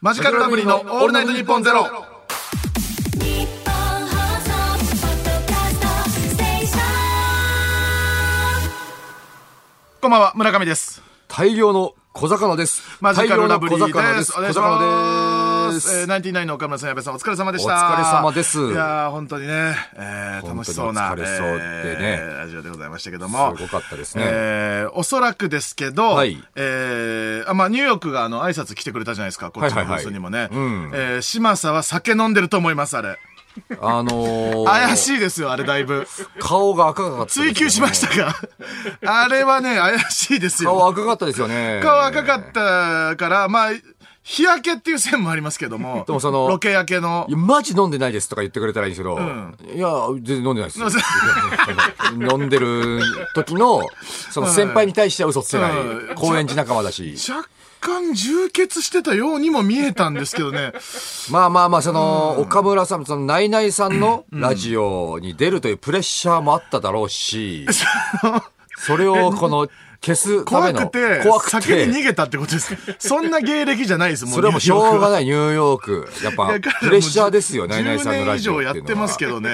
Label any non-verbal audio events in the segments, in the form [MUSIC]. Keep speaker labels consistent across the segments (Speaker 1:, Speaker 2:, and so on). Speaker 1: マジカルラブリーのオールナイトニッポンゼロ。
Speaker 2: 日本放送ポッドキャストステーション
Speaker 1: こんばんは、村上です。
Speaker 3: 大量の小魚です。
Speaker 1: マジカルラブリー
Speaker 3: 大量の小魚
Speaker 1: で。
Speaker 3: ですす。
Speaker 1: お
Speaker 3: 小
Speaker 1: 願いし
Speaker 3: 魚
Speaker 1: ま。
Speaker 3: です
Speaker 1: えー、
Speaker 3: す。
Speaker 1: ナインティナインの岡村さん、矢部さん、お疲れ様でした。
Speaker 3: お疲れ様です
Speaker 1: いやー、本当にね、えー、
Speaker 3: 本当に
Speaker 1: 楽しそうな、
Speaker 3: お疲れそうでね
Speaker 1: えーラジオでございましたけども。
Speaker 3: すごかったですね
Speaker 1: えー、おそらくですけど、
Speaker 3: はい
Speaker 1: えー、あ、まあ、ニューヨークがあの、挨拶来てくれたじゃないですか、こっちのブースにもね。
Speaker 3: はいはいはいうん
Speaker 1: えー、嶋佐は酒飲んでると思います、あれ。
Speaker 3: あのー、
Speaker 1: 怪しいですよ、あれだいぶ。
Speaker 3: 顔が赤かったですね、
Speaker 1: 追求しましたか [LAUGHS] あれはね、怪しいですよ。
Speaker 3: 顔赤かったですよね。
Speaker 1: 顔赤かったから、まあ、日焼けっていう線もありますけども、
Speaker 3: [LAUGHS] でもその
Speaker 1: ロケ焼けの [LAUGHS]
Speaker 3: いや、マジ飲んでないですとか言ってくれたらいいんですけど、いや、全然飲んでないですよ。 [LAUGHS] 飲んでる時の、その先輩に対しては嘘つけない
Speaker 1: うん。
Speaker 3: 高円寺仲間だし。
Speaker 1: 若干充血してたようにも見えたんですけど
Speaker 3: [LAUGHS]
Speaker 1: ね、
Speaker 3: まあまあまあ、その、岡村さん、その、ナイナイさんのラジオに出るというプレッシャーもあっただろ
Speaker 1: [LAUGHS]
Speaker 3: うし、それをこの、消すため
Speaker 1: 怖
Speaker 3: の、
Speaker 1: くて、
Speaker 3: 怖く
Speaker 1: 先に逃
Speaker 3: て、
Speaker 1: げたってことです。そんな芸歴じゃないです、もう。
Speaker 3: それはもうし
Speaker 1: ニューヨー
Speaker 3: ょう
Speaker 1: クは
Speaker 3: がない、ニューヨーク。やっ
Speaker 1: い
Speaker 3: ぱ
Speaker 1: や、彼
Speaker 3: プレッシャーですよ、
Speaker 1: もう
Speaker 3: ナイナイさんのラジオっ
Speaker 1: 10年以上
Speaker 3: てい
Speaker 1: や
Speaker 3: う
Speaker 1: って
Speaker 3: の
Speaker 1: ま
Speaker 3: は
Speaker 1: す。けどね。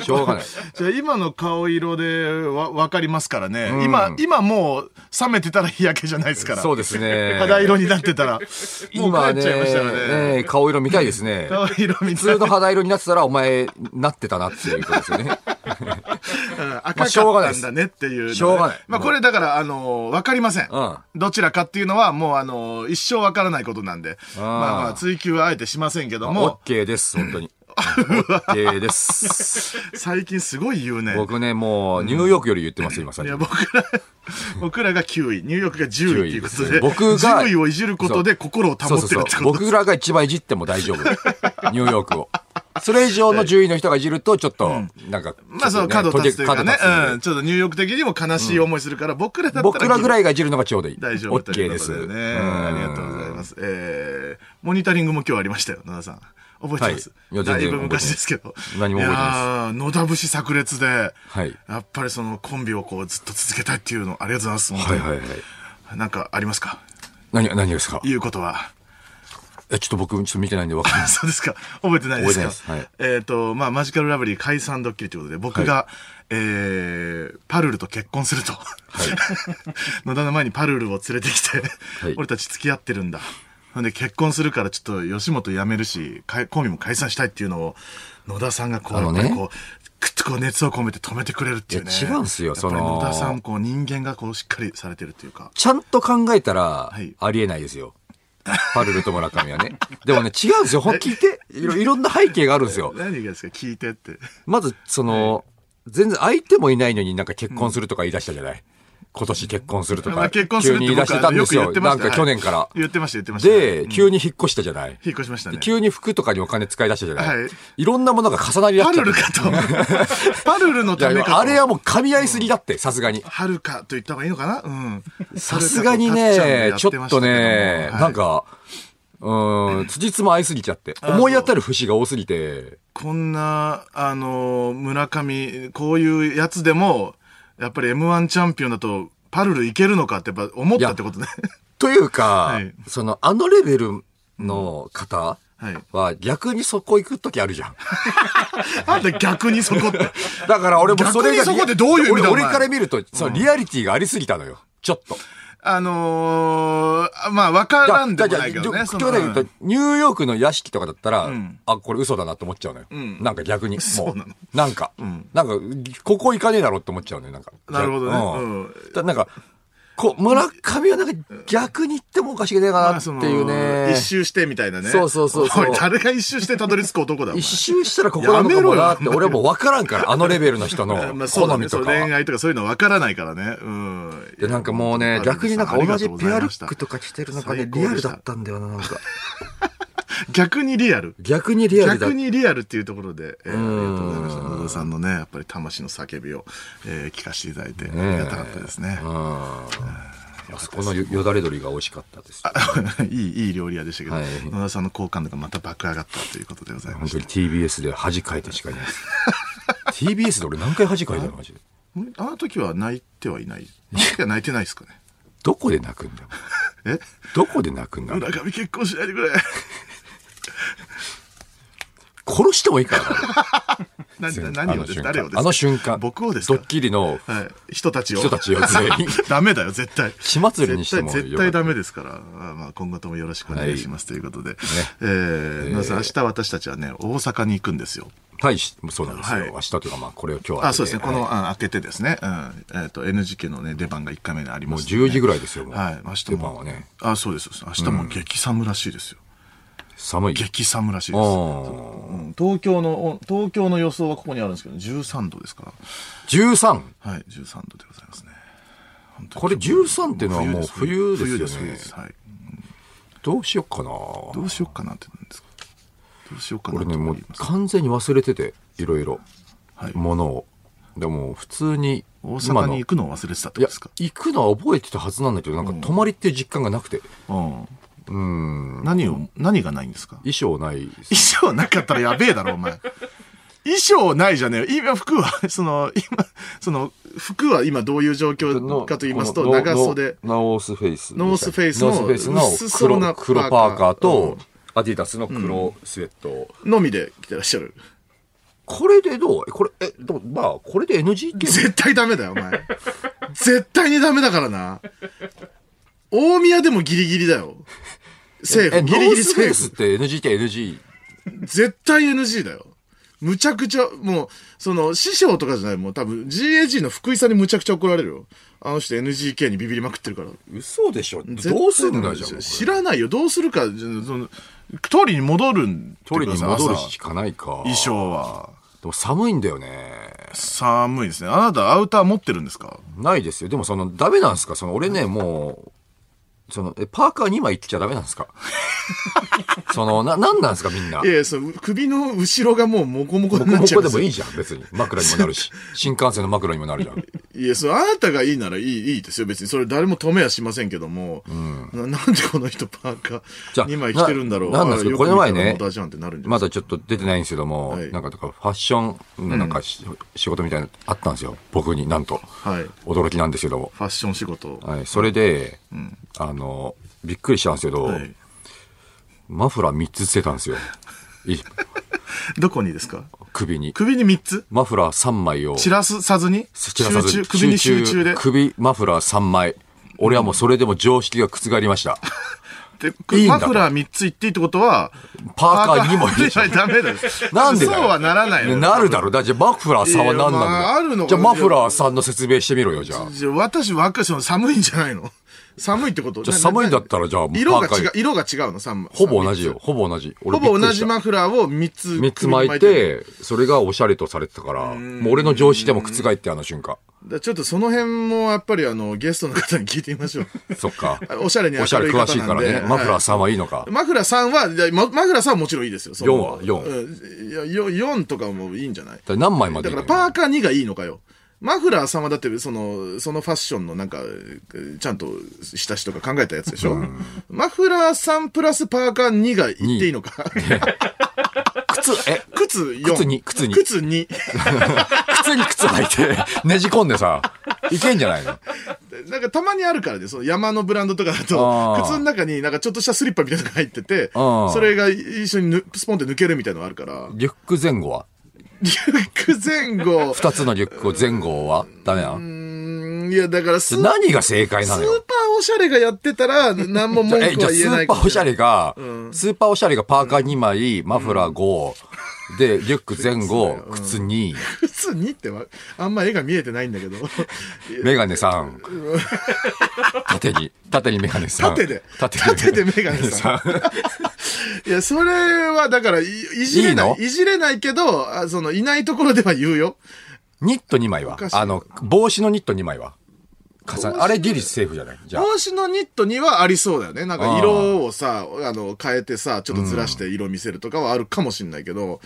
Speaker 3: [LAUGHS] しょうがない。
Speaker 1: じゃあ今の顔色でわ、わかりますからね。今、今もう、冷めてたら日焼けじゃないですから。
Speaker 3: そうですね。
Speaker 1: 肌色になってたら。もう
Speaker 3: 今
Speaker 1: 帰っ
Speaker 3: ね
Speaker 1: ちゃいましたらね。
Speaker 3: ね、顔色見たいです
Speaker 1: [LAUGHS]
Speaker 3: ね。
Speaker 1: 顔色みた
Speaker 3: 普
Speaker 1: い
Speaker 3: 通
Speaker 1: な
Speaker 3: の。肌色になってたら、お前、なってたなっていうことで
Speaker 1: [LAUGHS]
Speaker 3: すよね。
Speaker 1: うん赤
Speaker 3: まあし [LAUGHS] ょうが
Speaker 1: か
Speaker 3: な
Speaker 1: ったん
Speaker 3: いです
Speaker 1: だねっていうのはね。
Speaker 3: しょうがない
Speaker 1: まあこれだから、あのー、わかりません
Speaker 3: うん。
Speaker 1: どちらかっていうのはもう、あのー、一生わからないことなんで。まあまあ、追求はあえてしませんけど
Speaker 3: オッ
Speaker 1: も、
Speaker 3: ケーです、本当に。オッケーです。
Speaker 1: 最近すごい言うね。
Speaker 3: 僕ね、もう、ニューヨークより言ってます、今、最
Speaker 1: い
Speaker 3: 近
Speaker 1: や、。僕ら、 [LAUGHS] 僕らが9位、ニューヨークが10位というこ
Speaker 3: 10
Speaker 1: と
Speaker 3: 位
Speaker 1: で、
Speaker 3: 僕が
Speaker 1: 10位をいじることで心を
Speaker 3: そ
Speaker 1: 保
Speaker 3: う
Speaker 1: っ
Speaker 3: そう
Speaker 1: てる
Speaker 3: そう
Speaker 1: って。こと
Speaker 3: 僕らが一番いじっても
Speaker 1: [LAUGHS]
Speaker 3: 大丈夫。ニューヨークを。それ以上の10位の人がいじると、ちょっと、なんか、
Speaker 1: まあその角立つというかね
Speaker 3: 角立つん、で
Speaker 1: うん、ちょっとニューヨーク的にも悲しい思いするから、僕らだったら
Speaker 3: 僕らぐらいがいじるのがちょうどいい。
Speaker 1: 大丈
Speaker 3: オ
Speaker 1: 夫
Speaker 3: ッ
Speaker 1: と
Speaker 3: ケ
Speaker 1: い
Speaker 3: ー
Speaker 1: う
Speaker 3: で
Speaker 1: こと
Speaker 3: す。
Speaker 1: でね。
Speaker 3: うん
Speaker 1: ありがとうございます。えー、モニタリングも今日ありましたよ、野田さん。覚えてます、
Speaker 3: はいいや全
Speaker 1: だ
Speaker 3: 然
Speaker 1: いぶ昔ですけど。
Speaker 3: 覚えてない何も覚
Speaker 1: い
Speaker 3: えてない
Speaker 1: やー野田節炸裂で、
Speaker 3: はい
Speaker 1: やっぱりそのコンビをこうずっと続けたいっていうの、ありがとうございます。。
Speaker 3: はいはいいはい。
Speaker 1: なんかありますか
Speaker 3: 何が、何がですか
Speaker 1: いうことは。
Speaker 3: え、ちょっと僕、ちょっと見てないんで分かんな
Speaker 1: [LAUGHS]
Speaker 3: い。
Speaker 1: そうですか。覚えてないですか。
Speaker 3: 覚えてないです
Speaker 1: えっ、と、まあ、マジカルラブリー解散ドッキリということで、僕が、えー、パルルと結婚すると。 [LAUGHS] 野田の前にパルルを連れてきて、
Speaker 3: い
Speaker 1: 俺たち付き合ってるんだ。ほんで、結婚するからちょっと吉本辞めるし、かいコンビも解散したいっていうのを、野田さんがこう、
Speaker 3: あのね
Speaker 1: やっぱりこう、くっとこう熱を込めて止めてくれるっていうね。
Speaker 3: いや違うんすよ
Speaker 1: やっぱり
Speaker 3: その
Speaker 1: 野田さん、こう人間がこうしっかりされてるっていうか。
Speaker 3: ちゃんと考えたら
Speaker 1: い、
Speaker 3: ありえないですよ。パルルと村上はね。でもね、違うんですよ。ほん聞いて、いろいろんな背景があるんですよ。
Speaker 1: 何がですか聞いてって。
Speaker 3: まず、その、全然相手もいないのになんか結婚するとか言い出したじゃない。今年結婚すると
Speaker 1: まあ
Speaker 3: か。
Speaker 1: 結婚する
Speaker 3: 急
Speaker 1: っ
Speaker 3: に
Speaker 1: て
Speaker 3: 言い出してたんです
Speaker 1: 僕はよく言
Speaker 3: よ。
Speaker 1: ってま
Speaker 3: な
Speaker 1: し
Speaker 3: ん
Speaker 1: た
Speaker 3: か去年から。
Speaker 1: 言ってました、言ってました。
Speaker 3: で、急に引っ越したじゃない。
Speaker 1: 引っ越しましたね。
Speaker 3: 急に服とかにお金使い出したじゃない。
Speaker 1: はい
Speaker 3: い、ろんなものが重なり合っ
Speaker 1: パ
Speaker 3: ちゃ
Speaker 1: ル
Speaker 3: って
Speaker 1: ルかと。
Speaker 3: [LAUGHS]
Speaker 1: パルルのた
Speaker 3: い
Speaker 1: め
Speaker 3: や
Speaker 1: かと。
Speaker 3: あれはもう噛み合いすぎだって、さすがに。
Speaker 1: はるかと言った方がいいのかなうん。
Speaker 3: さすがにね、ちょっとね、
Speaker 1: な
Speaker 3: なんん
Speaker 1: か。
Speaker 3: か、うーん、辻褄合いすぎちゃって。思い当たる節が多すぎて。
Speaker 1: こんな、あのー、村上、こういうやつでも、やっぱり M1 チャンピオンだと、パルルいけるのかってやっぱ思ったって
Speaker 3: [LAUGHS]
Speaker 1: ことね。
Speaker 3: というか、
Speaker 1: はい
Speaker 3: その、あのレベルの方
Speaker 1: はい
Speaker 3: は逆にそこ行くときあるじゃん。
Speaker 1: なんで逆にそこって。
Speaker 3: だから俺もそれが
Speaker 1: 逆にそこでどういう意味だ
Speaker 3: 俺
Speaker 1: お
Speaker 3: 俺
Speaker 1: 前
Speaker 3: から見ると、そのリアリティがありすぎたのよ。ちょっと。
Speaker 1: あのー、まあ、わからんでもないけど
Speaker 3: じゃ
Speaker 1: ね。
Speaker 3: あ
Speaker 1: そ
Speaker 3: 極
Speaker 1: の
Speaker 3: 端に言う
Speaker 1: う
Speaker 3: と
Speaker 1: ん、
Speaker 3: ニューヨークの屋敷とかだったら、あ、これ嘘だなって思っちゃうのよ。なんか逆
Speaker 1: [LAUGHS]
Speaker 3: に。もう
Speaker 1: なの
Speaker 3: なんか、なんか、ここ行かねえだろって思っちゃうのよ、なんか。
Speaker 1: なるほどね
Speaker 3: うん
Speaker 1: う
Speaker 3: だなんか、こう、村上はなんか逆に行ってもおかしくねえか
Speaker 1: ま
Speaker 3: な
Speaker 1: あ
Speaker 3: って
Speaker 1: その
Speaker 3: いうね。
Speaker 1: 一周してみたいなね。
Speaker 3: そうそうそうそう
Speaker 1: おい誰が一周してたどり着く男だお前
Speaker 3: 一周したらここなのかもなって、
Speaker 1: やめろよ
Speaker 3: 俺はもう分からんから、あのレベルの人
Speaker 1: [LAUGHS]
Speaker 3: の
Speaker 1: まあそうだ
Speaker 3: 好
Speaker 1: ね、
Speaker 3: み
Speaker 1: そ
Speaker 3: と
Speaker 1: う
Speaker 3: か。
Speaker 1: 恋愛とかそういうの分からないからね。うん。
Speaker 3: で、なんかもう
Speaker 1: い
Speaker 3: ね
Speaker 1: や、
Speaker 3: 逆になんか同じペアルック
Speaker 1: ありがうございました
Speaker 3: とか着てるのがね、
Speaker 1: 最高で
Speaker 3: リ
Speaker 1: した
Speaker 3: アルだったんだよな、なんか。
Speaker 1: [LAUGHS] 逆にリアル。
Speaker 3: 逆にリアルだっ
Speaker 1: 逆
Speaker 3: た。
Speaker 1: にリアルっていうところで、えーありがとうございました。野田さんのね、やっぱり魂の叫びを、えー聞かせていただいて、ありがたかったですね。
Speaker 3: あそこのよよだれ鶏が美味しかったです。
Speaker 1: [LAUGHS] いい、いい料理屋でしたけど、
Speaker 3: はい
Speaker 1: 野田さんの好感度がまた爆上がったということでございま
Speaker 3: 本
Speaker 1: した
Speaker 3: 当に TBS で恥かいてしかいないです。TBS で俺何回恥かいたのマジで。
Speaker 1: んあの時は泣いてはいない。あの時は泣いてないですかね。
Speaker 3: どこで泣くんだよ。
Speaker 1: え
Speaker 3: どこで泣くんだ
Speaker 1: 村上結婚しないでくれ。
Speaker 3: 殺してもいいからな
Speaker 1: な
Speaker 3: 全部
Speaker 1: 何をです誰をですか
Speaker 3: あの瞬間。
Speaker 1: 僕をです
Speaker 3: ド
Speaker 1: か
Speaker 3: ッキリの
Speaker 1: はい。人たちを。
Speaker 3: 人たちを全員
Speaker 1: [LAUGHS] ダメだよ、絶対。
Speaker 3: 火祭りにしても
Speaker 1: 絶対、絶
Speaker 3: よ
Speaker 1: 対
Speaker 3: かっ
Speaker 1: ダメですから。あまあ、今後ともよろしくお願いします、ということで。えー、野田さん、明日私たちはね、大阪に行くんですよ。
Speaker 3: 大し、そうなんですよ。
Speaker 1: はい
Speaker 3: 明日というか、まあ、これを今日
Speaker 1: あ、そうですね。
Speaker 3: は
Speaker 1: こ
Speaker 3: い
Speaker 1: の、あ明けてですね。うん。えっと、NGK のね、出番が1回目にあり
Speaker 3: も
Speaker 1: ま
Speaker 3: う
Speaker 1: すんでね。
Speaker 3: 10時ぐらいですよ、もう。
Speaker 1: はい。明日
Speaker 3: 出
Speaker 1: も。
Speaker 3: 番はね、
Speaker 1: あ、そうです。そうです明日も激寒らしいですよ。
Speaker 3: 寒い。
Speaker 1: 激寒らしいです。
Speaker 3: うん。
Speaker 1: うん東京の、お東京の予想はここにあるんですけど、13度ですから。
Speaker 3: 13!
Speaker 1: はい、13度でございますね。本当に
Speaker 3: これ13っていうのはもう冬です
Speaker 1: 冬
Speaker 3: よね
Speaker 1: です、冬です。はい。
Speaker 3: どうしよっかな
Speaker 1: どうしようかなってなんですかどうしようかな
Speaker 3: 俺
Speaker 1: と
Speaker 3: ね、も
Speaker 1: 思
Speaker 3: う
Speaker 1: います。
Speaker 3: 完全に忘れてて、いろいろ、
Speaker 1: はい
Speaker 3: ものを。でも、普通に、
Speaker 1: 大
Speaker 3: 今
Speaker 1: 阪
Speaker 3: の
Speaker 1: に行くのを忘れてたってこ
Speaker 3: いや
Speaker 1: とですか、
Speaker 3: 行くのは覚えてたはずなんだけど、なんか泊まりっていう実感がなくて。
Speaker 1: うん。
Speaker 3: うん。
Speaker 1: 何を、何がないんですか
Speaker 3: 衣装ない。
Speaker 1: 衣装なかったらやべえだろ、お前。衣装ないじゃねえよ。今、服は、その、今、その、服は今どういう状況かと言いますと、
Speaker 3: この
Speaker 1: 長袖。
Speaker 3: ノノースフェイス。
Speaker 1: ノースフェイスの
Speaker 3: ノースフェイスの
Speaker 1: 薄そうな
Speaker 3: 黒黒パ
Speaker 1: パ
Speaker 3: ー
Speaker 1: ー
Speaker 3: カ
Speaker 1: カー
Speaker 3: ーと、アディダスの黒スウェット。
Speaker 1: のみで着てらっしゃる。
Speaker 3: これでどうこれ、え、どうまあ、これで NGK?
Speaker 1: [LAUGHS] 絶対ダメだよ、お前。絶対にダメだからな。大宮でもギリギリだよ。セーフ、
Speaker 3: え、ノ
Speaker 1: ギリギ
Speaker 3: ー
Speaker 1: リセ
Speaker 3: スフェイ
Speaker 1: ー
Speaker 3: スっ
Speaker 1: フ。
Speaker 3: て NGK、NG。
Speaker 1: 絶対 NG だよ。むちゃくちゃ、もう、その、師匠とかじゃない、もう多分 GAG の福井さんにむちゃくちゃ怒られるよ。あの人 NGK にビビりまくってるから。
Speaker 3: 嘘でしょ
Speaker 1: 絶対
Speaker 3: どうすん
Speaker 1: ダ
Speaker 3: だ
Speaker 1: メ
Speaker 3: じ
Speaker 1: で
Speaker 3: ゃん。
Speaker 1: す
Speaker 3: こ
Speaker 1: よ知
Speaker 3: れ
Speaker 1: らないよ。どうするか、じゃあその、通りに戻るん。
Speaker 3: 取りに戻る
Speaker 1: 朝
Speaker 3: しかないか。
Speaker 1: 衣。装は。
Speaker 3: でも寒いんだよね。
Speaker 1: 寒いですね。あなたアウター持ってるんですか
Speaker 3: ないですよ。でもその、ダメなんですかその、俺ね、もう、その、え、パーカー2枚いっちゃダメなんですか [LAUGHS] その、な、なんなんですかみんな。
Speaker 1: いやいや、その首の後ろがもうモコモコになっ
Speaker 3: こ
Speaker 1: ちゃうんで
Speaker 3: こですも
Speaker 1: よ
Speaker 3: いいじゃん、別に。枕にもな
Speaker 1: [LAUGHS]
Speaker 3: るし。新幹線の枕にもなるじゃん。
Speaker 1: いや、そのあなたがいいならいい、いいですよ。別にそれ誰も止めやしませんけども。な [LAUGHS] なんでこの人パーカ
Speaker 3: じゃ
Speaker 1: ー
Speaker 3: あ
Speaker 1: 2枚着てるんだろう。
Speaker 3: ななんなんですか
Speaker 1: あれ
Speaker 3: この前ね
Speaker 1: よく見たらモダージャンってなるんじゃな
Speaker 3: ま
Speaker 1: いで
Speaker 3: だちょっと出てないんですけども、
Speaker 1: はい
Speaker 3: なんかとかファッションのなんかし、仕事みたいなのあったんですよ。僕になんと。
Speaker 1: すか。はい。フ
Speaker 3: 驚きなんですけども。
Speaker 1: ァッション仕事。
Speaker 3: はい。それで、あの、びっくりしたんですけど、
Speaker 1: はい
Speaker 3: マフラー3つつけたんですよ。い
Speaker 1: どこにですか
Speaker 3: 首に。
Speaker 1: 首に3つ
Speaker 3: マフラー3枚を。
Speaker 1: 散らすさずに
Speaker 3: 散らさず
Speaker 1: 集中、首に集中で。
Speaker 3: 首、マフラー3枚。俺はもうそれでも常識が覆り
Speaker 1: [LAUGHS]
Speaker 3: ました。
Speaker 1: で
Speaker 3: いいんだ
Speaker 1: マフラー3ついっていいってことは、
Speaker 3: パーカー2枚入れ
Speaker 1: 入
Speaker 3: ちゃう
Speaker 1: れダメだよ。
Speaker 3: なんでだ
Speaker 1: そ
Speaker 3: よ
Speaker 1: うはならないよ
Speaker 3: なるだろ。だってマフラーさんは何なんだよ
Speaker 1: いやまああるのか
Speaker 3: じゃあマフラーさんの説明してみろよ、じゃあ。
Speaker 1: じゃあ私、若い、その寒いんじゃないの [LAUGHS] 寒いってこと
Speaker 3: じゃあ寒いんだったら、じゃあ
Speaker 1: 色が
Speaker 3: パー
Speaker 1: 違う
Speaker 3: カ、ー
Speaker 1: 色が違うの寒
Speaker 3: ほぼ同じよ。。ほぼ同じ。
Speaker 1: ほ
Speaker 3: 俺
Speaker 1: ぼ同じ
Speaker 3: 3
Speaker 1: マフラーを3つ。
Speaker 3: つ巻いて、それがおしゃれとされてたから、もう俺の常識でも覆ってあの瞬間。
Speaker 1: だちょっとその辺もやっぱりあのゲストの方に聞いてみましょ
Speaker 3: [LAUGHS]
Speaker 1: う。
Speaker 3: そっか。
Speaker 1: おしゃれに明
Speaker 3: おしゃ
Speaker 1: る
Speaker 3: れ
Speaker 1: [LAUGHS] い方なん
Speaker 3: 詳
Speaker 1: で
Speaker 3: しいからね。マフラーさんはいいのか
Speaker 1: はい。マフラーさんは、いやまマフラーさんはもちろんいいですよ。その
Speaker 3: 四は四
Speaker 1: うんいやよ4とかもいいんじゃない
Speaker 3: だから何枚まで
Speaker 1: だか
Speaker 3: いいの
Speaker 1: ら
Speaker 3: よ
Speaker 1: パーカー2がいいのかよ。マフラーさんはだってその、そのファッションのなんか、ちゃんとした人が考えたやつでしょ、マフラーさんプラスパーカー2がいっていいのか
Speaker 3: 靴、え、
Speaker 1: [LAUGHS] 靴4。
Speaker 3: 靴に靴に
Speaker 1: 靴に。
Speaker 3: 靴に靴履い
Speaker 1: [LAUGHS]
Speaker 3: て、ねじ込んでさ、いけんじゃないの
Speaker 1: なんかたまにあるからね、その山のブランドとかだ
Speaker 3: あ
Speaker 1: と
Speaker 3: ー、
Speaker 1: 靴の中になんかちょっとしたスリッパみたいなのが入ってて、
Speaker 3: あー
Speaker 1: それが一緒にぬスポンって抜けるみたいなのがあるから、 [LAUGHS]
Speaker 3: リュック前後は
Speaker 1: リュック前後、
Speaker 3: 二つのリュックを前後はダメなの
Speaker 1: うーんいやだからス
Speaker 3: じゃ
Speaker 1: ー
Speaker 3: あ何が正解
Speaker 1: ス
Speaker 3: なの
Speaker 1: ー
Speaker 3: よ
Speaker 1: パー。おしゃれがやってたら、何も文
Speaker 3: え、
Speaker 1: 句
Speaker 3: じゃ
Speaker 1: は
Speaker 3: あス
Speaker 1: 言えな
Speaker 3: ー
Speaker 1: い
Speaker 3: パ
Speaker 1: かも
Speaker 3: ーお
Speaker 1: し
Speaker 3: しゃ
Speaker 1: れない。
Speaker 3: れが、スーパーおしゃれがパーカー2枚、マフラー5、で、リュック前後、靴2、
Speaker 1: 靴にってわあんま絵が見えてないんだけ
Speaker 3: [LAUGHS]
Speaker 1: ど、
Speaker 3: メガネ3、縦に、縦にメガネ3。
Speaker 1: 縦で
Speaker 3: 縦
Speaker 1: 縦でメガ
Speaker 3: [LAUGHS]
Speaker 1: ネ3いや、それはだからい、いじれない
Speaker 3: い
Speaker 1: い
Speaker 3: いの
Speaker 1: じれないけどあ、その、いないところでは言うよ。
Speaker 3: ニット2枚は
Speaker 1: かしい
Speaker 3: あの、帽子のニット2枚は重ね、あれギリセーフじゃないじゃあ。
Speaker 1: 帽子のニットにはありそうだよね。なんか色をさ、あの、変えてさ、ちょっとずらして色見せるとかはあるかもしんないけど、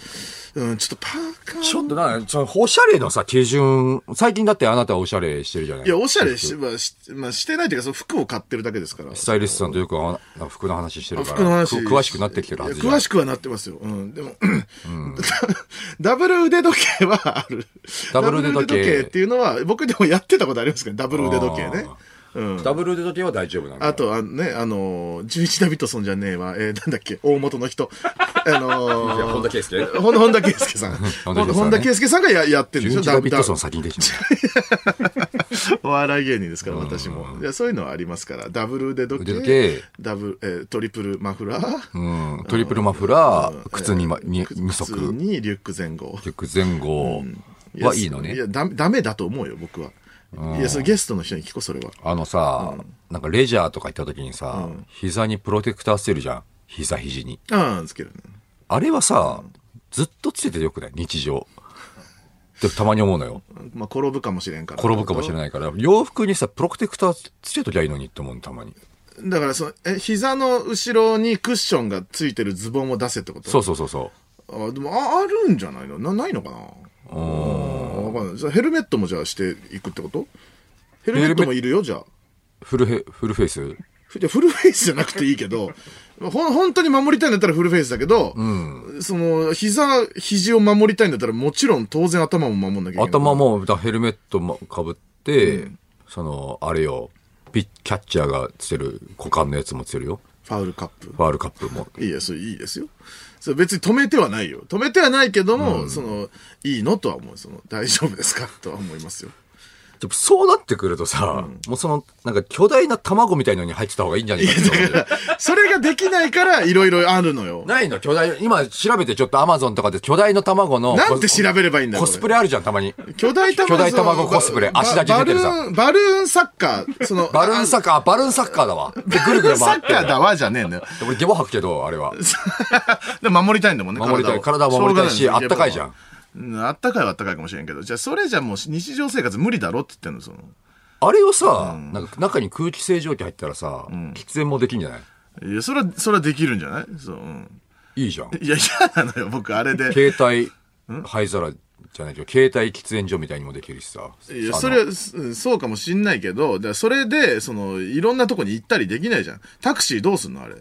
Speaker 1: うん、ちょっとパーカー。
Speaker 3: ちょっとな、その、おしゃれのさ、基準、最近だってあなたはおしゃれしてるじゃない
Speaker 1: いや、おしゃれし,、まあ、しまあ、してないというか、その服を買ってるだけですから。
Speaker 3: スタイリストさんとよくあ服の話してるから、
Speaker 1: 服の話。
Speaker 3: く詳しくなってきてるは
Speaker 1: い
Speaker 3: ずじ
Speaker 1: や
Speaker 3: ゃん
Speaker 1: 詳。しくはなってますよ。うん。でも、 [LAUGHS] ダブル腕時計はある。
Speaker 3: ダブル腕時計
Speaker 1: ダブルっていうのは、僕でもやってたことありますけど、ダブル腕時計ね
Speaker 3: あー。
Speaker 1: うん
Speaker 3: ダブルで時計は大丈夫なの
Speaker 1: あと、あのね、あのー、11ダビットソンじゃねえわ、えー、なんだっけ、大元の人。 [LAUGHS] あのー、
Speaker 3: いや本田圭佑
Speaker 1: ほん本田圭佑さん。
Speaker 3: [LAUGHS] 本田圭佑さんね
Speaker 1: 本田圭佑さんがややってるんでしょ、
Speaker 3: 11ダビットソン
Speaker 1: ダ
Speaker 3: 先に
Speaker 1: [LAUGHS]
Speaker 3: できない
Speaker 1: お笑い芸人ですから、私も。いや、そういうのはありますから、ダブル腕時
Speaker 3: 腕時
Speaker 1: 計
Speaker 3: 計、
Speaker 1: ダブル、えートリプルマフラー、
Speaker 3: うん、トリプルマフラー、靴に,、ま、に2
Speaker 1: 普通
Speaker 3: 足、
Speaker 1: にリュック前後。
Speaker 3: 結前後
Speaker 1: や
Speaker 3: [LAUGHS] はいいのね。
Speaker 1: いや、ダメダメだと思うよ、僕は。いや、それゲストの人に聞こう、それは。
Speaker 3: あのさ、なんかレジャーとか行った時にさ、膝にプロテクターつけるじゃん。膝肘に。
Speaker 1: うん、つけるね。
Speaker 3: あれはさ、ずっとつけてよくない日常。ってたまに思うのよ。
Speaker 1: まあ、転ぶかもしれんから。
Speaker 3: 転ぶかもしれ
Speaker 1: い。
Speaker 3: ないから。洋服にさ、プロテクターつけときゃいいのにって思うのたまに。
Speaker 1: だから、その、え、膝の後ろにクッションがついてるズボンを出せってこと
Speaker 3: そうそうそうそ
Speaker 1: あでもああるんじゃないのなないのかなわかんないじゃあヘルメットもじゃあしていくってことヘルメットもいるよじゃあ
Speaker 3: う。フルヘ、フルフェイス
Speaker 1: ふじゃあフルフェイスじゃなくていいけ
Speaker 3: [LAUGHS]
Speaker 1: どほん本当に守りたいんだったらフルフェイスだけど、その膝肘を守りたいんだったらもちろん当然頭も守んなきゃいけない
Speaker 3: 頭も、だヘルメットもかぶって、その、あれよ、ピッ、キャッチャーがつける股間のやつもつけるよ。
Speaker 1: ファウルカップ
Speaker 3: ファールカップも。
Speaker 1: いいやそれいいですよそれ別に止めてはないよ止めてはないけども、そのいいのとは思うその大丈夫ですか [LAUGHS] とは思いますよ
Speaker 3: でもそうなってくるとさ、もうその、なんか巨大な卵みたいのに入ってた方がいいんじゃないかって思うよ
Speaker 1: それができないからいろいろあるのよ
Speaker 3: ないの巨大、今調べてちょっとアマゾンとかで巨大の卵の。
Speaker 1: なんて調べればいいんだ
Speaker 3: コ
Speaker 1: よ
Speaker 3: スプレあるじゃん、たまに。
Speaker 1: 巨大卵
Speaker 3: 巨大卵コスプレ
Speaker 1: ば
Speaker 3: 足だけ出てるさ
Speaker 1: バルーン、バルーンサッカー、その、
Speaker 3: バルーンサッカー、バルーンサッカー
Speaker 1: [LAUGHS]
Speaker 3: だわ。で、ぐるぐる
Speaker 1: サッ
Speaker 3: 回って
Speaker 1: カー
Speaker 3: る。
Speaker 1: だわじゃねえんだよ。
Speaker 3: で俺、ゲボ吐くけど、あれは。
Speaker 1: [LAUGHS] でも守りたいんだもんね、
Speaker 3: 守りたい体を守りたいし
Speaker 1: ょうがな
Speaker 3: あったかいじゃん
Speaker 1: うん。あったかいはあったかいかもしれんけど、じゃあそれじゃもう日常生活無理だろって言ってんの、その。
Speaker 3: あれをさ、なんか中に空気清浄機入ったらさ、喫煙もできんじゃない
Speaker 1: いや、それは、それはできるんじゃないそう、うん。
Speaker 3: いいじゃん。
Speaker 1: いや、嫌なのよ、僕、あれで。
Speaker 3: 携帯、灰皿じゃないけど、携帯喫煙所みたいにもできるしさ。
Speaker 1: いや、
Speaker 3: あの
Speaker 1: それは、すうんそうかもしんないけど、だからそれで、その、いろんなとこに行ったりできないじゃん。タクシーどうすんのあれ。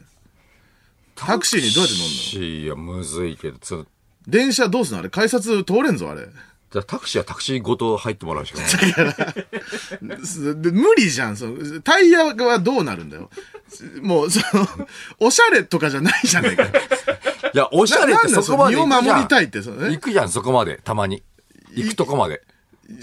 Speaker 1: タクシーにどうやって乗んの
Speaker 3: タクシーはむずいけど、つ
Speaker 1: 電車どうすんのあれ改札通れんぞあれ [LAUGHS]
Speaker 3: じゃあタクシーはタクシーごと入ってもらうしかない。
Speaker 1: すで無理じゃんそのタイヤはどうなるんだよもうそのおしゃれとかじゃないじゃないか
Speaker 3: いや、おしゃれってそこまで行くじ
Speaker 1: なな
Speaker 3: ゃん。
Speaker 1: んだよ身を守りたいってそのね
Speaker 3: 行くじゃん、そこまで、たまに。行くとこまで。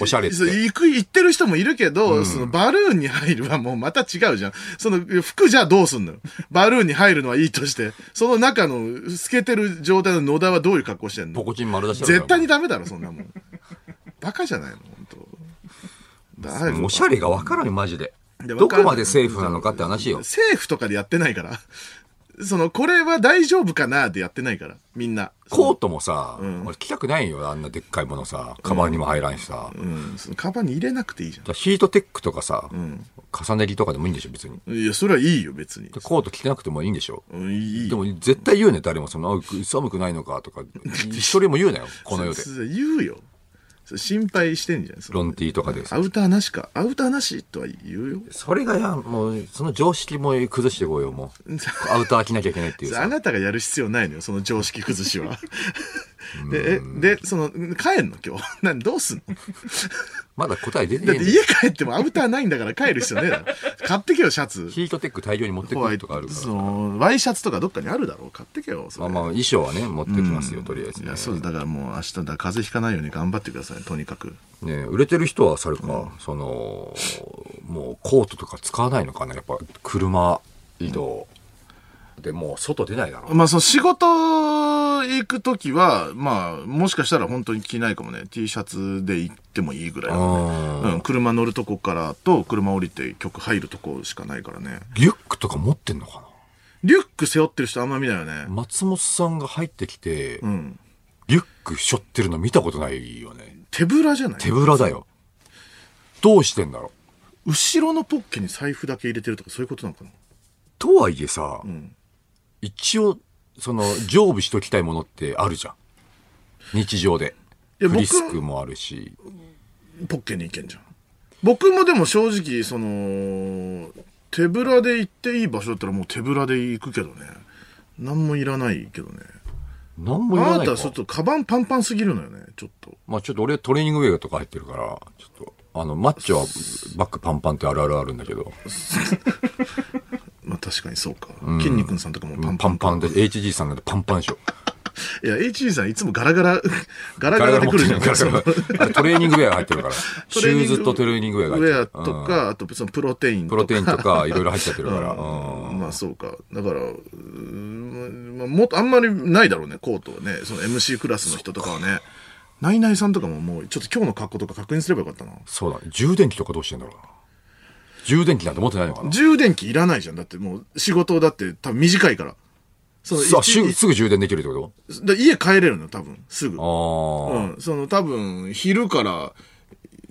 Speaker 3: おしゃれって。
Speaker 1: そう行く行ってる人もいるけど、そのバルーンに入るはもうまた違うじゃんその服じゃどうすんのよバルーンに入るのはいいとしてその中の透けてる状態の野田はどういう格好してん
Speaker 3: ポ
Speaker 1: の
Speaker 3: コチン丸出しだから
Speaker 1: 絶対にダメだろそんなもんバカじゃないの本当だ
Speaker 3: もうおしゃれが分からんよ、マジで。
Speaker 1: で
Speaker 3: どこまでセーフなのかって話よ。
Speaker 1: 政府とかでやってないから。その、これは大丈夫かなでやってないから、みんな。
Speaker 3: コートもさ、俺着たくないよ、あんなでっかいものさ。カバンにも入らんしさ。
Speaker 1: うん、その、カバンに入れなくていいじ
Speaker 3: じゃあヒートテックとかさ、重ね着とかでもいいんでしょ、別に。
Speaker 1: ゃん。いや、それはいいよ、別に
Speaker 3: で。コート着てなくてもいいんでしょ。
Speaker 1: うん、いい。
Speaker 3: でも絶対言うね、誰も。その、あ寒くないのか
Speaker 1: [LAUGHS]
Speaker 3: とか。一人も言うなよ、この世で。
Speaker 1: それ言うよ。それ心配してんじゃん。その
Speaker 3: ロンティーとかでさ
Speaker 1: ア。ウターなしか。アウターなしとは言うよ。
Speaker 3: それがや、もう、その常識も崩してこいよ、も
Speaker 1: [LAUGHS]
Speaker 3: う。アウター着なきゃいけないっていう
Speaker 1: あ
Speaker 3: さ。
Speaker 1: なたがやる必要ないのよ、その常識崩し
Speaker 3: [LAUGHS]
Speaker 1: は。で、え、で、その、帰んの今日。 [LAUGHS] なんどうすんの
Speaker 3: まだ答え出て
Speaker 1: だ
Speaker 3: な
Speaker 1: っ
Speaker 3: い
Speaker 1: て
Speaker 3: んだよ
Speaker 1: 家帰ってもアウターないんだから帰る必要ねえだろ。買ってけよ、シャツ。
Speaker 3: ヒートテック大量に持って
Speaker 1: ホ
Speaker 3: く
Speaker 1: ワイ
Speaker 3: る
Speaker 1: ト
Speaker 3: とかあるか
Speaker 1: そ
Speaker 3: ら。
Speaker 1: のワイシャツとかどっかにあるだろう買ってけよそ
Speaker 3: まあ
Speaker 1: れ
Speaker 3: まあ、衣装はね、持ってきますよ、とりあえず
Speaker 1: い
Speaker 3: ね
Speaker 1: や。そうだからもう明日だ風邪ひかないように頑張ってくださいとにかく
Speaker 3: ね売れてる人はそれか、その、もうコートとか使わないのかな、やっぱ車移動。で、もう外出ないだろう。
Speaker 1: まあその仕事行く時はまあもしかしたら本当に着ないかもね T シャツで行ってもいいぐらいだね
Speaker 3: あ
Speaker 1: うん、車乗るとこからと車降りて曲入るとこしかないからね
Speaker 3: リュックとか持ってんのか
Speaker 1: リュック背負ってる人あんま見ないよね
Speaker 3: な松本さんが入ってきて、
Speaker 1: うん
Speaker 3: リュック背負ってるの見たことないよね。
Speaker 1: 手ぶらじゃない
Speaker 3: 手ぶらだよ。どうしてんだろう。
Speaker 1: 後ろのポッケに財布だけ入れてるとかそういうことなのかな
Speaker 3: とはいえさ、一応、その、常備しときたいものってあるじゃん。日常で。
Speaker 1: いや
Speaker 3: フ
Speaker 1: 僕
Speaker 3: リスクもあるし。
Speaker 1: ポッケに行けんじゃん。僕もでも正直、その、手ぶらで行っていい場所だったらもう手ぶらで行くけどね。何もいらないけどね。
Speaker 3: なん
Speaker 1: あ
Speaker 3: も言わ
Speaker 1: な
Speaker 3: ない
Speaker 1: た
Speaker 3: か
Speaker 1: はちょっとカバンパンパンすぎるのよね、ちょっと。
Speaker 3: まあちょっと俺トレーニングウェアとか入ってるから、ちょっと。あの、マッチョはバックパンパンってあるあるあるんだけど、
Speaker 1: まあ確かにそうか。筋肉さんとかもパン
Speaker 3: パ
Speaker 1: パ
Speaker 3: ン
Speaker 1: ン。
Speaker 3: パンで、HG さんなんてパンパンでしょ。
Speaker 1: いや、HG さんいつもガラガラ、 [LAUGHS] ガラガ
Speaker 3: ガラ
Speaker 1: ラ
Speaker 3: ガ
Speaker 1: で
Speaker 3: ラ持
Speaker 1: 来
Speaker 3: って
Speaker 1: る
Speaker 3: る
Speaker 1: じゃ
Speaker 3: ガ
Speaker 1: ん。
Speaker 3: ラ
Speaker 1: その
Speaker 3: ガラ
Speaker 1: [LAUGHS]
Speaker 3: あれトレーニングウェア入ってるから。シューズとトレーニングウェアが
Speaker 1: ウ
Speaker 3: 入って
Speaker 1: ェア
Speaker 3: る。
Speaker 1: と
Speaker 3: うん
Speaker 1: か、あとそのプロテインとか。
Speaker 3: プロテインとか、いろいろ入っちゃってるから。うん
Speaker 1: まあそうか。だから、うーんまあ、もっとあんまりないだろうね、コートはね。その MC クラスの人とかはね。ナイナイさんとかももう、ちょっと今日の格好とか確認すればよかったな。
Speaker 3: そうだね。充電器とかどうしてんだろうな。充電器なんて持ってないのかな。
Speaker 1: 充電器いらないじゃん。だってもう仕事だって多分短いから。その
Speaker 3: さあ、
Speaker 1: 一
Speaker 3: しゅすぐ充電できるってこ
Speaker 1: だ家帰れるの、多分。すぐ。
Speaker 3: とああ、
Speaker 1: うん、その多分昼から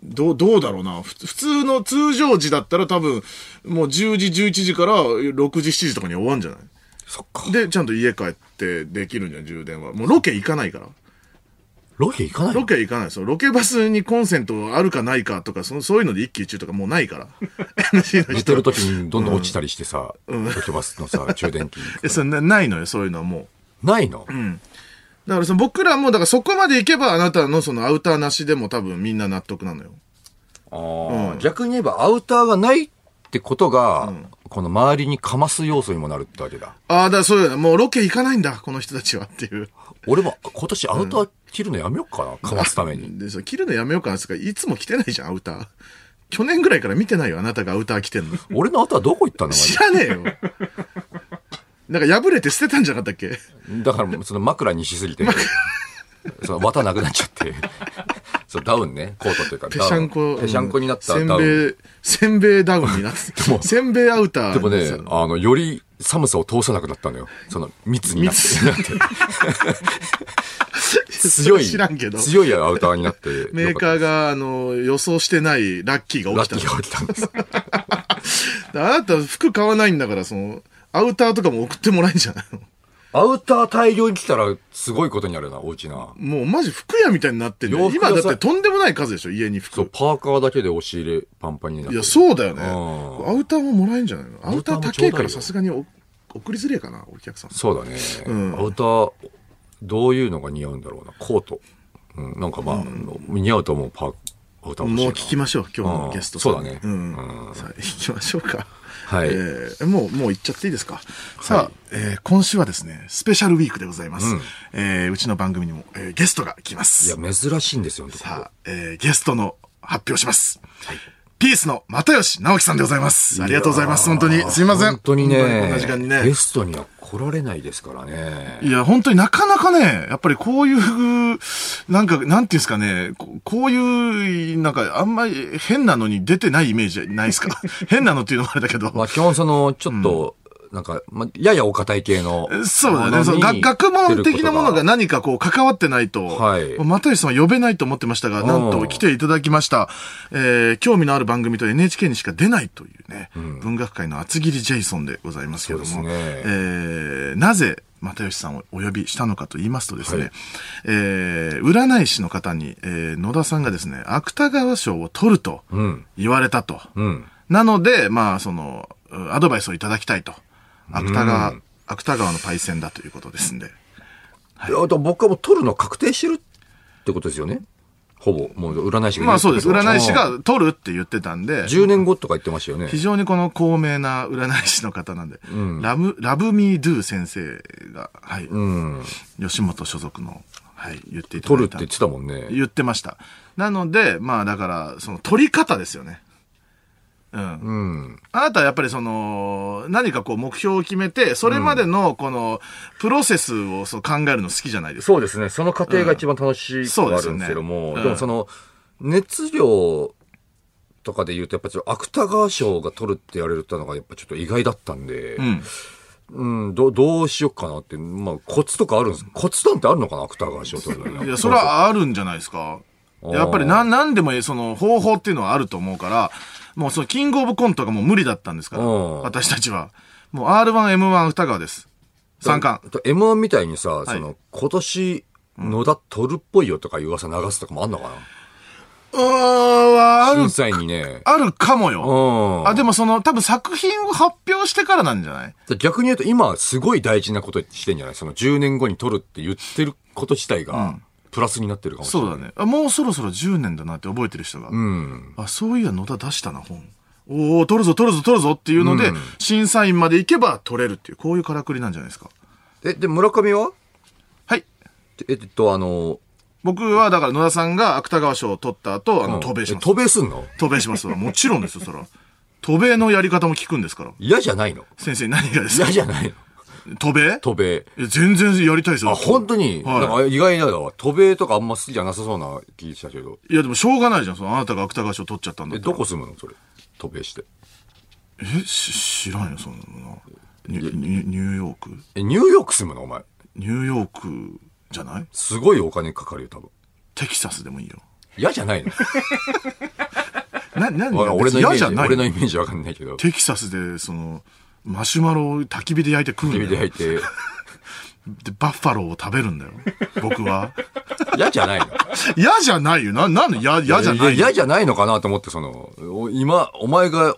Speaker 1: どうどうだろうなふ普通の通常時だったら多分もう10時11時から6時7時とかに終わんじゃない
Speaker 3: そっか。
Speaker 1: でちゃんと家帰ってできるんじゃん充電はもうロケ行かないから
Speaker 3: ロケ行かないの
Speaker 1: ロケ行かないですよロケバスにコンセントあるかないかとかそのそういうので一喜一憂とかもうないから [LAUGHS] NG の
Speaker 3: 寝
Speaker 1: 人
Speaker 3: てる時にどんどん落ちたりしてさ、ロケバス
Speaker 1: [LAUGHS]
Speaker 3: のさ、充電器。
Speaker 1: えそんなないのよそういうのはもう
Speaker 3: ないの、
Speaker 1: だからその僕らもだからそこまで行けばあなたのそのアウターなしでも多分みんな納得なのよ
Speaker 3: あー逆に言えばアウターがないってことが、この周りにかます要素にもなるってわけだ。
Speaker 1: ああだからそうだもうロケ行かないんだこの人たちはっていう
Speaker 3: 俺も今年アウター着るのやめようかな、かますために。
Speaker 1: でその着るのやめようかなっつうかいつも着てないじゃんアウター去年ぐらいから見てないよあなたがアウター着てん
Speaker 3: [LAUGHS]
Speaker 1: の
Speaker 3: 俺のアウターどこ
Speaker 1: [LAUGHS]
Speaker 3: 行ったのマジ
Speaker 1: 知らねえよなんか破れて捨てたんじゃなかったっけ
Speaker 3: でだから、その枕にしす
Speaker 1: [LAUGHS]
Speaker 3: ぎて、その綿なくなっちゃって、 [LAUGHS] そうダウンね、コートというか、
Speaker 1: ぺしゃん
Speaker 3: ダウ
Speaker 1: こ
Speaker 3: ンぺしゃんこになった
Speaker 1: せん
Speaker 3: ダウン。
Speaker 1: べいせんべいダウンにな
Speaker 3: [LAUGHS]
Speaker 1: ってせんべいアウター
Speaker 3: でもね
Speaker 1: さ、
Speaker 3: あの、より寒さを通さなくなったのよ。その、密になって。 [LAUGHS] 強い、
Speaker 1: 知らんけど
Speaker 3: 強いアウターになってよかっ
Speaker 1: [LAUGHS]
Speaker 3: た。
Speaker 1: メーカーがあの予想してないラッキーが
Speaker 3: ラ
Speaker 1: 起
Speaker 3: ッキ
Speaker 1: き
Speaker 3: ーが起きたんです。
Speaker 1: たのあなた服買わないんだからそのアウターとかも送ってもらえんじゃないの
Speaker 3: アウター大量に来たら、すごいことになるな、おうちな。
Speaker 1: もうマジ服屋みたいになってんの
Speaker 3: 洋服屋
Speaker 1: 今
Speaker 3: さん
Speaker 1: だってとんでもない数でしょ家に服
Speaker 3: そう、パーカーだけで押し入れパンパンになって
Speaker 1: い
Speaker 3: る。
Speaker 1: や、そうだよね。
Speaker 3: うん
Speaker 1: アウターももらえんじゃないのアウター高えか
Speaker 3: アウターもちょうだいよ
Speaker 1: らさすがにお送りづれえかな、お客さん。
Speaker 3: そうだね。アウター、どういうのが似合うんだろうな。コート。うん、なんかまあ、似合うと思うパー、アウター欲しいな
Speaker 1: もう聞きましょう、今日のゲストさん
Speaker 3: うんそうだね
Speaker 1: うん
Speaker 3: う。
Speaker 1: さあ、行きましょうか。
Speaker 3: [LAUGHS] はい
Speaker 1: えーもう、もう行っちゃっていいですか。さあ、えー今週はですね、スペシャルウィークでございます。えーうちの番組にも、えーゲストが来ます。
Speaker 3: いや、珍しいんですよ、本当
Speaker 1: さあ、えーゲストの発表します。ピースの又吉直樹さんでございます。ありがとうございます。本当に。すいません。
Speaker 3: 本当に
Speaker 1: 本当にこん
Speaker 3: ね
Speaker 1: な時間にね。
Speaker 3: ゲストには来られないですからね。
Speaker 1: いや、本当になかなかね、やっぱりこういう、なんか、なんていうんですかね、ここういう、なんか、あんまり変なのに出てないイメージないですか [LAUGHS] 変なのっていうのもあれだけど。
Speaker 3: まあ、基本その、ちょっと、なんか、まあ、ややお堅い系の。
Speaker 1: そうだ
Speaker 3: もの
Speaker 1: ね。
Speaker 3: に
Speaker 1: その学学問的なものが
Speaker 3: 出るこ
Speaker 1: 何かこう関わってないと、
Speaker 3: はい
Speaker 1: 又吉さんは呼べないと思ってましたが、なん
Speaker 3: う
Speaker 1: と
Speaker 3: ん
Speaker 1: 来ていただきました。えー、興味のある番組と NHK にしか出ないというね、文学界の厚切りジェイソンでございますけども、
Speaker 3: そうですね
Speaker 1: えーなぜ、又吉さんをお呼びしたのかと言いますとですね、
Speaker 3: はい
Speaker 1: えー占い師の方に、えー野田さんがですね、芥川賞を取ると
Speaker 3: ん
Speaker 1: 言われたと。
Speaker 3: とがうん。
Speaker 1: なので、まあ、その、うんアドバイスをいただきたいと。芥川、芥川のパイセンだということですんで。
Speaker 3: いやだから僕はもう取るの確定してるってことですよね。ほぼ、もう占い師が。
Speaker 1: まあそうです。占い師。が取るって言ってたんで、
Speaker 3: 10年後とか言ってましたよね
Speaker 1: 非。常にこの高名な占い師の方なんで、ラム、ラブミードゥ先生が、はい、
Speaker 3: うん。
Speaker 1: 吉本所属の、はい、言っていただいた。
Speaker 3: 取るって言ってたもんね。
Speaker 1: 言ってました。なので、まあだから、その取り方ですよね。うん。
Speaker 3: うん。
Speaker 1: あなたはやっぱりその、何かこう目標を決めて、それまでのこの、プロセスをそう考えるの好きじゃないですか。
Speaker 3: そうですね。その過程が一番楽しい
Speaker 1: そう
Speaker 3: は
Speaker 1: で
Speaker 3: あ
Speaker 1: す
Speaker 3: る
Speaker 1: よ
Speaker 3: ん
Speaker 1: ね
Speaker 3: ですけども、
Speaker 1: うん
Speaker 3: でもその、熱量とかで言うと、やっぱちょっと芥川賞が取るって言われたのが、やっぱちょっと意外だったんで、
Speaker 1: うん。
Speaker 3: うん、どどうしようかなって、まあ、コツとかあるんですコツなんてあるのかな芥川賞取るのに
Speaker 1: いや、それはあるんじゃないですか。
Speaker 3: あー
Speaker 1: やっぱり何、何でもいい、その方法っていうのはあると思うから、もうそのキングオブコントがもう無理だったんですから、
Speaker 3: うん
Speaker 1: 私たちは。もう R1、M1、歌川です。三冠。
Speaker 3: と M1 みたいにさ、
Speaker 1: い
Speaker 3: その、今年、野田取るっぽいよとかいう噂流すとかもあんのか
Speaker 1: うーん、あ
Speaker 3: な
Speaker 1: る
Speaker 3: 審、査員にね。
Speaker 1: あるかも
Speaker 3: う
Speaker 1: よ。
Speaker 3: ん。
Speaker 1: あ、でもその、多分作品を発表してからなんじゃない
Speaker 3: 逆に言うと、今、すごい大事なことしてんじゃないその10年後に取るって言ってること自体が、プラスになってるかもしれ
Speaker 1: そ
Speaker 3: な
Speaker 1: う
Speaker 3: い。
Speaker 1: だねあ。もうそろそろ10年だなって覚えてる人が。
Speaker 3: うん。
Speaker 1: あ、そういや野田出したな、本。おお取るぞ、取るぞ、取るぞっていうので、審査員まで行けば取れるっていう、こういうからくりなんじゃないですか。
Speaker 3: え、で、村上は
Speaker 1: はい。
Speaker 3: えっと、あの、
Speaker 1: 僕は、だから野田さんが芥川賞を取った後、あの、渡米し
Speaker 3: え
Speaker 1: ます。
Speaker 3: 渡米すんの
Speaker 1: 渡米しますわ。もちろんですよ、そら。渡米のやり方も聞くんですから。
Speaker 3: 嫌じゃないの
Speaker 1: 先生、何がですか
Speaker 3: 嫌じゃないの
Speaker 1: 渡米
Speaker 3: 渡米。
Speaker 1: いや全然やりたいですよ。
Speaker 3: あ、本当に、
Speaker 1: はい
Speaker 3: なんか意外だわ。渡米とかあんま好きじゃなさそうな気したけど。
Speaker 1: いや、でもしょうがないじゃん。そのあなたが芥川賞取っちゃったんだ
Speaker 3: え、
Speaker 1: ったら
Speaker 3: どこ住むのそれ。渡米して。
Speaker 1: え、し知らんよ、そんなのな。ニュニュニューヨーク
Speaker 3: え、ニューヨーク住むのお前。
Speaker 1: ニューヨークじゃない
Speaker 3: すごいお金かかるよ、多分。
Speaker 1: テキサスでもいいよ。
Speaker 3: 嫌じゃないの
Speaker 1: な、なに
Speaker 3: わ俺のイメ
Speaker 1: 嫌
Speaker 3: ージ
Speaker 1: じゃ [LAUGHS] ない
Speaker 3: 俺のイメージわかんないけど。
Speaker 1: テキサスで、その、マシュマロを焚き火で焼いて食うん
Speaker 3: 指で
Speaker 1: だよ。
Speaker 3: 焼いて。
Speaker 1: で、バッファローを食べるんだよ。僕は。 [LAUGHS]
Speaker 3: 嫌じゃないの
Speaker 1: 嫌じゃないよ。な、なんで嫌、嫌じゃない
Speaker 3: や嫌じゃないのかなと思って、その、お今、お前が、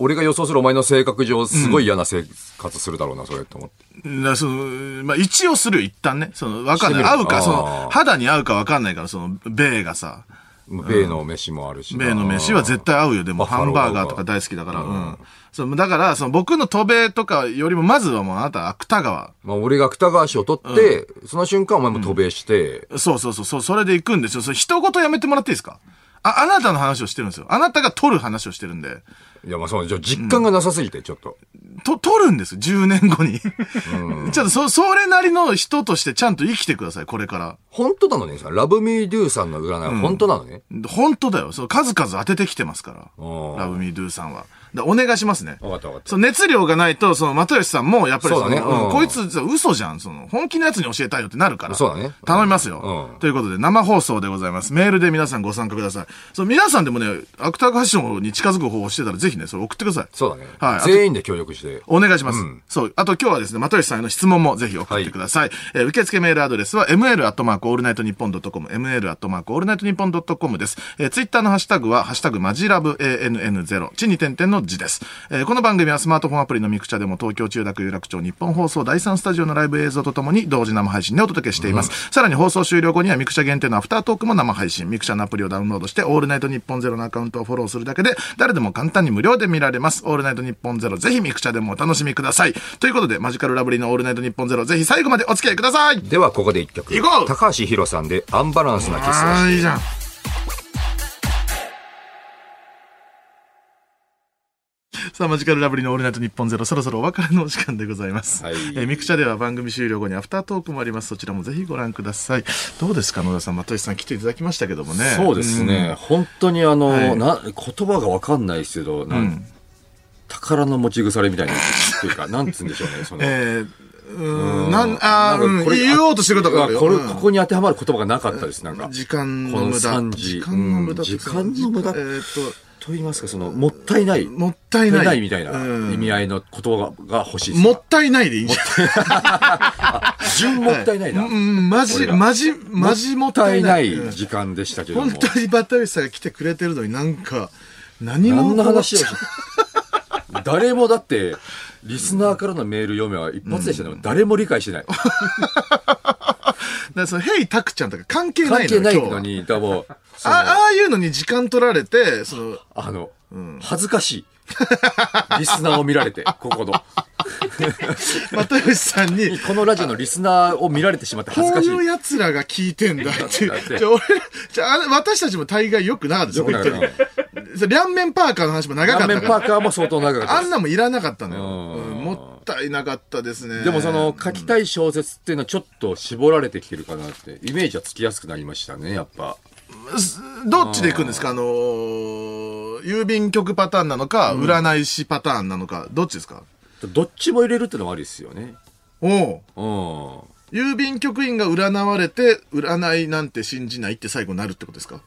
Speaker 3: 俺が予想するお前の性格上、すごい嫌な生活するだろうな、それと思って。
Speaker 1: なその、まあ、一応するよ、一旦ね。その、わかんない。
Speaker 3: してみ
Speaker 1: 合
Speaker 3: る
Speaker 1: うか、そ
Speaker 3: あー
Speaker 1: の、肌に合うかわかんないから、その、米がさ、
Speaker 3: 米の飯もあるしな。
Speaker 1: 米の飯は絶対合うよ。でも、
Speaker 3: バッフ
Speaker 1: ハ
Speaker 3: ァロ
Speaker 1: ン
Speaker 3: ーが合
Speaker 1: バー
Speaker 3: うか
Speaker 1: ガーとか大好きだから。うん。そう、だから、その、僕の渡米とかよりも、まずはもう、あなた、芥川。
Speaker 3: まあ、俺が芥川賞を取って、その瞬間お前も渡米して、
Speaker 1: そうそうそう、そう、それで行くんですよ。それ、一言やめてもらっていいですかあ、あなたの話をしてるんですよ。あなたが取る話をしてるんで。
Speaker 3: いや、まあそう、じゃあ実感がなさすぎて、ちょっと。
Speaker 1: と、取るんですよ、10年後に。ちょっと、そ、それなりの人としてちゃんと生きてください、これから。
Speaker 3: 本当なのね、さ、ラブミーデューさんの占いは本当なのね。
Speaker 1: 本当だよ。そう、数々当ててきてますから。
Speaker 3: うん
Speaker 1: ラブミードゥさんは。だお願いしますね。
Speaker 3: わかったわかった
Speaker 1: そう、熱量がないと、その、又吉さんも、やっぱり
Speaker 3: そうだね
Speaker 1: の
Speaker 3: うん
Speaker 1: こいつ、そう嘘じゃん。その、本気のやつに教えたいよってなるから。
Speaker 3: そうだね
Speaker 1: 頼みますよ。
Speaker 3: うん
Speaker 1: ということで、生放送でございます。メールで皆さんご参加ください。そう、皆さんでもね、芥川賞に近づく方法してたら、ぜひね、それ送ってください。
Speaker 3: そうだね。
Speaker 1: はいあと
Speaker 3: 全員で協力して。
Speaker 1: お願いします。そう。あと今日はですね、又吉さんへの質問もぜひ送ってください。えー受付メールアドレスは ml アットマークオールナイトニッポンドットコム、ml アットマークオールナイトニッポンドットコムです。えー、ツイッターのハッシュタグは、ハッシュタグマジラブ ANN0、地に点々の字です。えーこの番組はスマートフォンアプリのミクチャでも東京中楽有楽町日本放送第3スタジオのライブ映像とともに同時生配信でお届けしています。さらに放送終了後にはミクチャ限定のアフタートークも生配信、ミクチャのアプリをダウンロードして、オールナイトニッポンゼロのアカウントをフォローするだけで、誰でも簡単に無料で見られます。オールナイトニッポンゼロ、ぜひミクチャでもお楽しみください。ということで、マジカルラブリーのオールナイトニッポンゼロ、ぜひ最後までお付き合いください。
Speaker 3: では、ここで一曲。
Speaker 1: 行こう
Speaker 3: 高橋宏さんで、アンバランスなキスで
Speaker 1: あ
Speaker 3: す。
Speaker 1: ー、いいじゃん。さあ、マジカルラブリーのオールナイト日本ゼロ、そろそろお別れのお時間でございます。
Speaker 3: はい
Speaker 1: えーミクチャでは番組終了後にアフタートークもあります。そちらもぜひご覧ください。どうですか、野田さん、又吉さん来ていただきましたけどもね。
Speaker 3: そうですね。本当にあの、
Speaker 1: はい
Speaker 3: な、言葉がわかんないですけど、なん宝の持ち腐れみたいな、っていうか、なんつうんでしょうね、その。
Speaker 1: うん。えー、うーん、なん、あー
Speaker 3: なんかこ
Speaker 1: う
Speaker 3: れ
Speaker 1: ん、言おうとしてることがあるよ
Speaker 3: これ、
Speaker 1: うん
Speaker 3: ここに当てはまる言葉がなかったです、なんか。
Speaker 1: 時間
Speaker 3: こ
Speaker 1: の
Speaker 3: の
Speaker 1: 無駄。
Speaker 3: 3時
Speaker 1: 時間の無駄って
Speaker 3: うん時間の無駄
Speaker 1: えーっ
Speaker 3: と言いますか、その、もったいない。
Speaker 1: と、
Speaker 3: もっ
Speaker 1: もった
Speaker 3: た
Speaker 1: い
Speaker 3: い
Speaker 1: ない。
Speaker 3: ないみたいな
Speaker 1: うん
Speaker 3: 意味合いの言葉が欲しいです。
Speaker 1: もったいないでいいんじゃない
Speaker 3: [LAUGHS] 純もったいない
Speaker 1: う
Speaker 3: な。
Speaker 1: んうん、マジ、
Speaker 3: 俺ら
Speaker 1: マジ、マジもったいない。
Speaker 3: もったいない時間でしたけども
Speaker 1: 本。当にバタウシさんが来てくれてるのになんか、何も。
Speaker 3: 何の話をし [LAUGHS] 誰もだって、リスナーからのメール読めは一発でしたね。誰も理解してない。
Speaker 1: だからその、ヘイタクちゃんとか関係な
Speaker 3: 関
Speaker 1: いの
Speaker 3: 係
Speaker 1: よ
Speaker 3: ない
Speaker 1: 今日
Speaker 3: の
Speaker 1: は
Speaker 3: に、だもう、その
Speaker 1: あ、ああいうのに時間取られて、そ
Speaker 3: [LAUGHS]
Speaker 1: の、
Speaker 3: あの、恥ずかしい。リスナーを見られて、ここの。
Speaker 1: 又吉さんに、
Speaker 3: このラジオのリスナーを見られてしまって恥ず
Speaker 1: こう
Speaker 3: かしい。
Speaker 1: いう奴らが聞いてんだって
Speaker 3: [LAUGHS]
Speaker 1: い
Speaker 3: だって
Speaker 1: う。じゃあ俺、じゃああの、私たちも大概良くなかったですよ、
Speaker 3: 良くな
Speaker 1: 本当
Speaker 3: かっ
Speaker 1: に。そう両面パーカーの話も長か
Speaker 3: 顔
Speaker 1: った
Speaker 3: 面
Speaker 1: か
Speaker 3: パ
Speaker 1: ら。
Speaker 3: ーカーも相当長かった
Speaker 1: あ
Speaker 3: で
Speaker 1: ん
Speaker 3: す。
Speaker 1: なもいらなかったのよ。
Speaker 3: うん
Speaker 1: うんもったいなかったですね。
Speaker 3: でもその書きたい小説っていうのはちょっと絞られてきてるかなって、イメージはつきやすくなりましたね、やっぱ。
Speaker 1: どっちで行くんですかあのー郵便局パターンなのか、占い師パターンなのか、どっちですか
Speaker 3: どっちも入れるってのもありですよね。
Speaker 1: おう
Speaker 3: うん。
Speaker 1: 郵便局員が占われて、占いなんて信じないって最後なるってことですか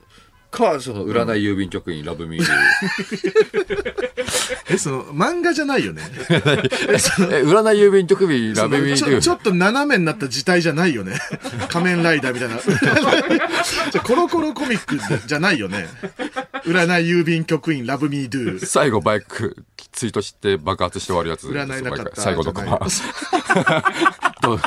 Speaker 3: か、その占い郵便局員、ラブミール。
Speaker 1: え、その、漫画じゃない
Speaker 3: [LAUGHS]
Speaker 1: よね。
Speaker 3: え、占い郵便局員、ラ
Speaker 1: そ
Speaker 3: ブミ
Speaker 1: のち
Speaker 3: ー
Speaker 1: ょ
Speaker 3: ル
Speaker 1: ち。ょっと斜めになった時代じゃないよね。 [LAUGHS] 仮面ライダーみたいな。 [LAUGHS] じゃコロコロコミックじゃないよね。占い郵便局員、ラブミードゥ。
Speaker 3: 最後バイク、ツイートして爆発して終わるやつ。 [LAUGHS]
Speaker 1: 占いなかった
Speaker 3: 最後のコマ。
Speaker 1: じ
Speaker 3: と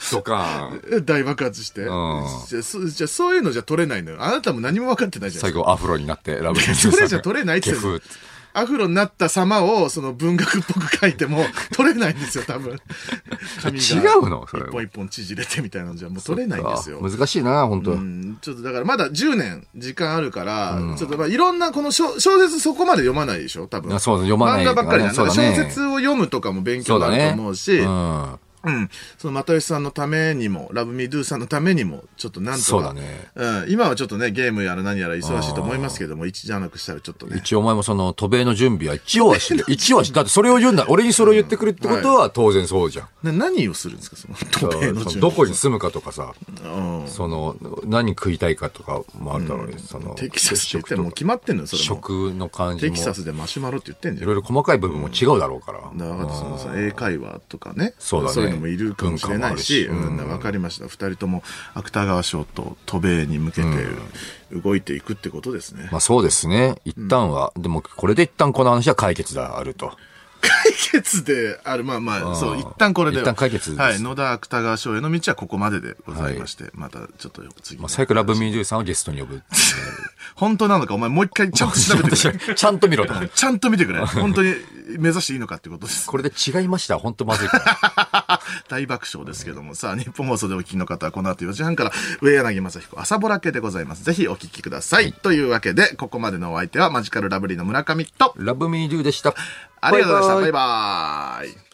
Speaker 3: ヒト感。
Speaker 1: [LAUGHS] 大爆発して。じゃあ、そじゃあそういうのじゃ取れないのよ。あなたも何も分かってないじゃな
Speaker 3: 最
Speaker 1: いです
Speaker 3: 後アフロになってラブ
Speaker 1: か。それじゃ取れないって
Speaker 3: ケ
Speaker 1: 言ってんの
Speaker 3: フ
Speaker 1: アフロになった様を、その文学っぽく書いて
Speaker 3: [LAUGHS]
Speaker 1: も、取れないんですよ、多分。髪が
Speaker 3: 違うのそれ
Speaker 1: 一本一本縮れてみたいなのじゃ、もう取れないんですよ。
Speaker 3: 難しいな、本当
Speaker 1: うんちょっとだからまだ10年時間あるから、ちょっとまあいろんなこの小小説そこまで読まないでしょ多分。
Speaker 3: いやそう読まない
Speaker 1: 漫画ばっかりなんだから
Speaker 3: そうだね
Speaker 1: 小説を読むとかも勉強
Speaker 3: そう
Speaker 1: になる
Speaker 3: だね。
Speaker 1: と思うし、
Speaker 3: ん。
Speaker 1: うん。その、又吉さんのためにも、ラブミドゥさんのためにも、ちょっとなんとか。
Speaker 3: そうだね
Speaker 1: うん。今はちょっとね、ゲームやら何やら忙しいと思いますけども、一じゃなくしたらちょっとね。
Speaker 3: 一応お前もその渡米の準備は一応はしてる。 [LAUGHS] 一応はしだってそれを言うんだ。俺にそれを言ってくるってことは当然そうじゃん。
Speaker 1: な何をするんですか、その、渡米の準備。
Speaker 3: どこに住むかとかさ、
Speaker 1: うん。
Speaker 3: その、何食いたいかとかもあるだろうね。その、
Speaker 1: テキサスって言っ
Speaker 3: 食
Speaker 1: て
Speaker 3: と
Speaker 1: もう決まってんのよ、それも。
Speaker 3: 食の感じ
Speaker 1: テ
Speaker 3: も、
Speaker 1: キ
Speaker 3: い
Speaker 1: サスでマシュマロって言ってんじゃん。
Speaker 3: ろいろ細かい部分も違うだろうから。
Speaker 1: だからそのさ英会話とかね
Speaker 3: そうだね
Speaker 1: いうのもいるかもしれないし
Speaker 3: 文化もあるし
Speaker 1: うん分かりました二人とも芥川賞と渡米に向けて動いていくってことですね、
Speaker 3: まあそうですね。一旦は、でもこれで一旦この話は解決であると。
Speaker 1: 解決であるまあまあ
Speaker 3: ん
Speaker 1: そう一旦これで
Speaker 3: 一旦解決です
Speaker 1: はい野田芥川賞への道はここまででございまして、またちょっと次
Speaker 3: まあ、最悪ラブミーデューさんをゲストに呼ぶ。
Speaker 1: 本当なのかお前もう一回ちゃんと調
Speaker 3: [LAUGHS]
Speaker 1: べてくれ
Speaker 3: ちゃんと見ろと。
Speaker 1: ちゃんと見てくれ本当に目指していいのかってことです
Speaker 3: これで違いました。本当まずいから。
Speaker 1: 大爆笑ですけども、さあ、日本放送でお聞きの方は、この後4時半から、上柳正彦、朝ぼら系でございます。ぜひお聞きください。というわけで、ここまでのお相手は、マジカルラブリーの村上と、
Speaker 3: ラブミーデューでした。
Speaker 1: ありがとうございました。
Speaker 3: バイバイ
Speaker 1: バイバーイ